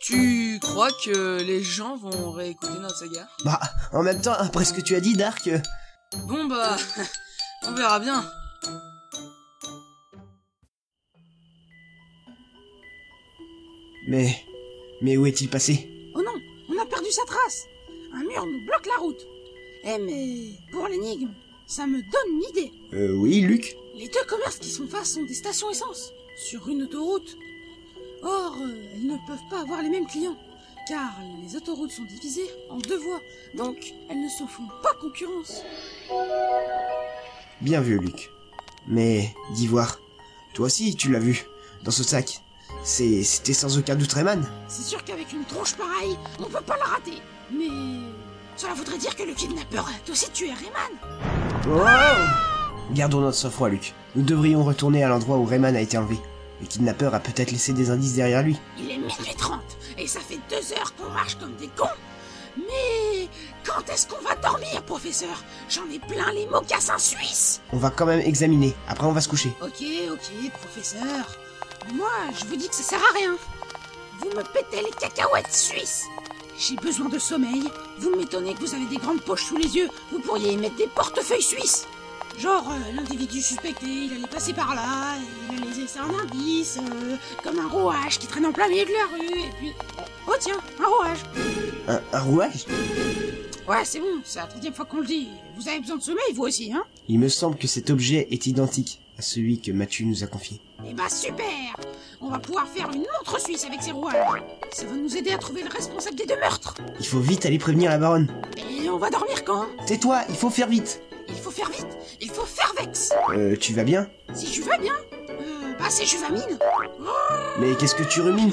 Tu crois que les gens vont réécouter notre saga Bah, en même temps, après ce que tu as dit, Dark, euh, Bon bah, on verra bien. mais... Mais où est-il passé Oh non, on a perdu sa trace. Un mur nous bloque la route. Eh mais pour l'énigme, ça me donne une idée. Euh, oui, Luc Les deux commerces qui sont face sont des stations essence, sur une autoroute. Or, euh, elles ne peuvent pas avoir les mêmes clients, car les autoroutes sont divisées en deux voies, donc elles ne se font pas concurrence. Bien vu, Luc. Mais, d'Ivoire, toi aussi, tu l'as vu, dans ce sac. C'est... C'était sans aucun doute Rayman. C'est sûr qu'avec une tronche pareille, on peut pas la rater. Mais cela voudrait dire que le kidnappeur a aussi tué Rayman. Gardons notre sang-froid, Luc. Nous devrions retourner à l'endroit où Rayman a été enlevé. Le kidnappeur a peut-être laissé des indices derrière lui. Il est minuit 30 et ça fait deux heures qu'on marche comme des cons. Mais quand est-ce qu'on va dormir, professeur J'en ai plein les mocassins suisses. On va quand même examiner, après on va se coucher. Ok, ok, professeur. Moi, je vous dis que ça sert à rien. Vous me pétez les cacahuètes suisses. J'ai besoin de sommeil. Vous m'étonnez que vous avez des grandes poches sous les yeux. Vous pourriez y mettre des portefeuilles suisses. Genre, euh, l'individu suspecté, il allait passer par là, il allait laisser un indice, euh, comme un rouage qui traîne en plein milieu de la rue, et puis... Oh tiens, un rouage Un, un rouage Ouais, c'est bon, c'est la troisième fois qu'on le dit. Vous avez besoin de sommeil, vous aussi, hein Il me semble que cet objet est identique à celui que Mathieu nous a confié. Eh bah super On va pouvoir faire une montre suisse avec ces rouages. Ça va nous aider à trouver le responsable des deux meurtres. Il faut vite aller prévenir la baronne. Et on va dormir quand hein? Tais-toi, il faut faire vite. Il faut faire vite, il faut faire vex. Euh, tu vas bien Si tu vas bien, euh, bah c'est Juvamine. Mais qu'est-ce que tu rumines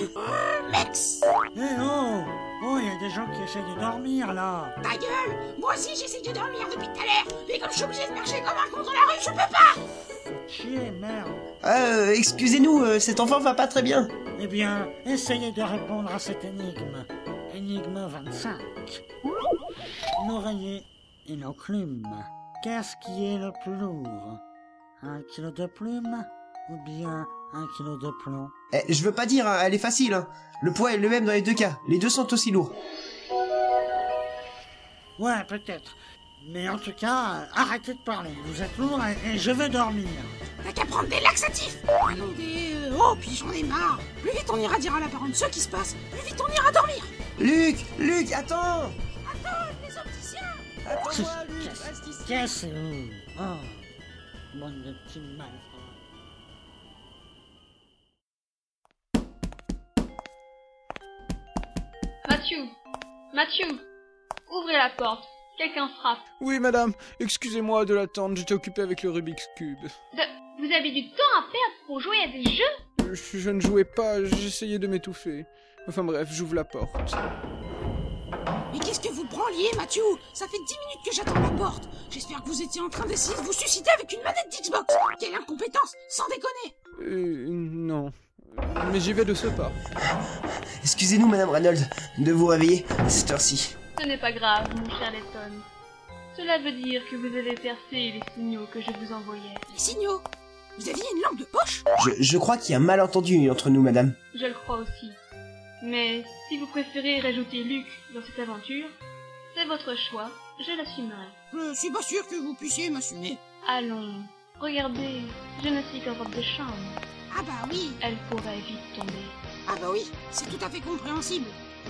Mex Eh oh Oh, il y a des gens qui essaient de dormir là Ta gueule Moi aussi j'essaie de dormir depuis tout à l'heure, mais comme je suis obligé de marcher comme un con dans la rue, je peux pas Chier, merde Euh, excusez-nous, euh, cet enfant va pas très bien. Eh bien, essayez de répondre à cette énigme. Énigme 25. L'oreiller et nos plumes. Qu'est-ce qui est le plus lourd Un kilo de plumes ou bien un kilo de plomb Eh, je veux pas dire, hein, elle est facile. hein. Le poids est le même dans les deux cas. Les deux sont aussi lourds. Ouais, peut-être. Mais en tout cas, euh, arrêtez de parler. Vous êtes lourd et, et je vais dormir. T'as qu'à prendre des laxatifs Ah non, des... euh, Oh, puis j'en ai marre Plus vite on ira dire à la baronne ce qui se passe, plus vite on ira dormir Luc, Luc, attends Les opticiens Attends-moi, Luc, Qu'est-ce- reste ici. Qu'est-ce que vous Oh, bande de petits malfrats. Mathieu Mathieu Ouvrez la porte. Quelqu'un frappe. Oui, madame, excusez-moi de l'attendre, j'étais occupé avec le Rubik's Cube. De- Vous avez du temps à perdre pour jouer à des jeux Je, je ne jouais pas, j'essayais de m'étouffer. Enfin bref, j'ouvre la porte. Mais qu'est-ce que vous branliez, Mathieu Ça fait dix minutes que j'attends la porte. J'espère que vous étiez en train d'essayer de vous susciter avec une manette d'Xbox. Quelle incompétence, sans déconner. Euh, non. Mais j'y vais de ce pas. Excusez-nous, Madame Reynolds, de vous réveiller à cette heure-ci. Ce n'est pas grave, mon cher Letton. Cela veut dire que vous avez percé les signaux que je vous envoyais. Les signaux. Vous aviez une lampe de poche Je, je crois qu'il y a un malentendu entre nous, Madame. Je le crois aussi. Mais si vous préférez rajouter Luc dans cette aventure, c'est votre choix, je l'assumerai. Je suis pas sûr que vous puissiez m'assumer. Allons, regardez, je ne suis qu'en robe de chambre. Ah bah oui, Elle pourrait vite tomber. ah bah oui, c'est tout à fait compréhensible.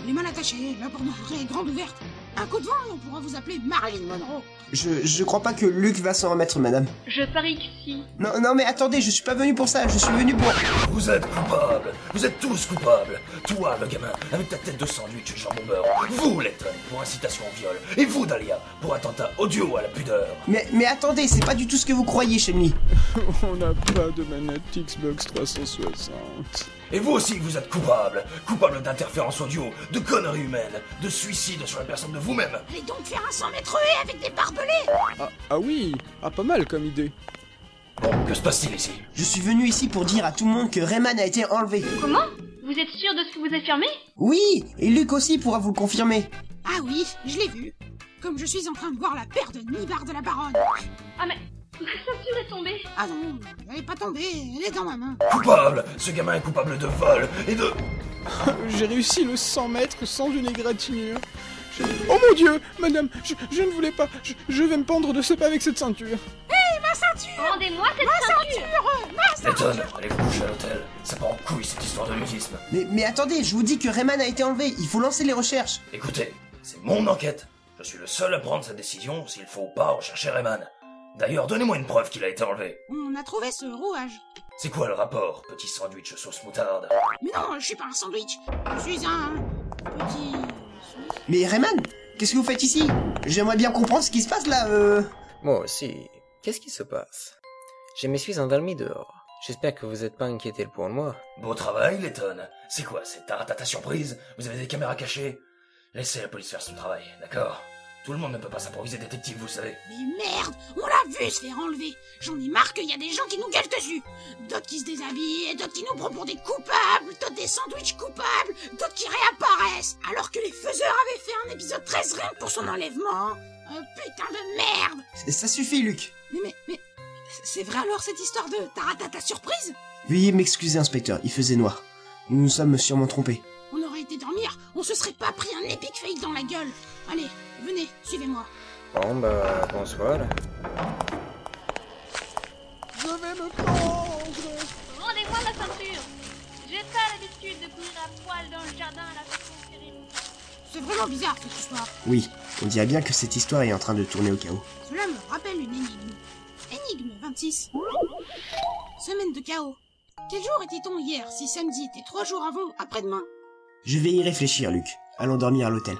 Les mal attachés, la porte est grande ouverte. Un coup de vent et on pourra vous appeler Marilyn Monroe. Je, je crois pas que Luc va s'en remettre, Madame. Je parie que si. Non, non, mais attendez, je suis pas venu pour ça, je suis venu pour... Vous êtes coupables Vous êtes tous coupables Toi, le gamin, avec ta tête de sandwich jambon beurre Vous, Letton, pour incitation au viol Et vous, Dahlia, pour attentat audio à la pudeur Mais, mais attendez, c'est pas du tout ce que vous croyez, Chemly. On n'a pas de manette Xbox 360. Et vous aussi, vous êtes coupables Coupables d'interférences audio, de conneries humaines, de suicide sur la personne de vous-même Allez donc faire un 100 mètres haies avec des barbelés. Ah, ah oui, ah pas mal comme idée. Bon, que se passe-t-il ici Je suis venu ici pour dire à tout le monde que Rayman a été enlevé. Comment Vous êtes sûr de ce que vous affirmez Oui, et Luc aussi pourra vous le confirmer. Ah oui, je l'ai vu. Comme je suis en train de voir la paire de nibards de la baronne. Ah mais, Sa ceinture est tombée. Ah non, elle est pas tombée, elle est dans ma main. Coupable Ce gamin est coupable de vol et de... J'ai réussi le 100 mètres sans une égratignure. J'ai- Oh mon dieu, madame, je, je ne voulais pas. Je, je vais me pendre de ce pas avec cette ceinture. Rendez-moi cette ceinture. Letton, allez vous coucher à l'hôtel. Ça part en couille cette histoire de mutisme. Mais, mais attendez, je vous dis que Rayman a été enlevé, il faut lancer les recherches. Écoutez, c'est mon enquête. Je suis le seul à prendre cette décision s'il faut ou pas rechercher Rayman. D'ailleurs, donnez-moi une preuve qu'il a été enlevé. On a trouvé ce rouage. C'est quoi le rapport, petit sandwich sauce moutarde Mais non, je suis pas un sandwich. Je suis un petit. Mais Rayman, qu'est-ce que vous faites ici J'aimerais bien comprendre ce qui se passe là, euh... Moi aussi. Qu'est-ce qui se passe Je me suis endormi dehors. J'espère que vous n'êtes pas inquiété pour moi. Beau travail, Letton. C'est quoi cette taratata surprise Vous avez des caméras cachées Laissez la police faire son travail, d'accord Tout le monde ne peut pas s'improviser détective, vous savez. Mais merde, on l'a vu se faire enlever. J'en ai marre qu'il y a des gens qui nous gueulent dessus. D'autres qui se déshabillent, et d'autres qui nous prennent pour des coupables, d'autres des sandwichs coupables, d'autres qui réapparaissent. Alors que les faiseurs avaient fait un épisode 13 rien que pour son enlèvement. Oh putain de merde Ça suffit, Luc. Mais mais mais. C'est vrai alors cette histoire de taratata surprise Veuillez m'excuser, inspecteur, il faisait noir. Nous nous sommes sûrement trompés. On aurait été dormir, on se serait pas pris un épique fail dans la gueule. Allez, venez, suivez-moi. Bon, bah, bonsoir. Je vais me pendre Rendez-moi ma ceinture. J'ai pas l'habitude de courir à poil dans le jardin à la façon Cyril. C'est vraiment bizarre cette histoire. Oui, on dirait bien que cette histoire est en train de tourner au chaos. Cela me rappelle une énigme. Énigme 26. Semaine de chaos. Quel jour était-on hier si samedi était trois jours avant, après-demain Je vais y réfléchir, Luc. Allons dormir à l'hôtel.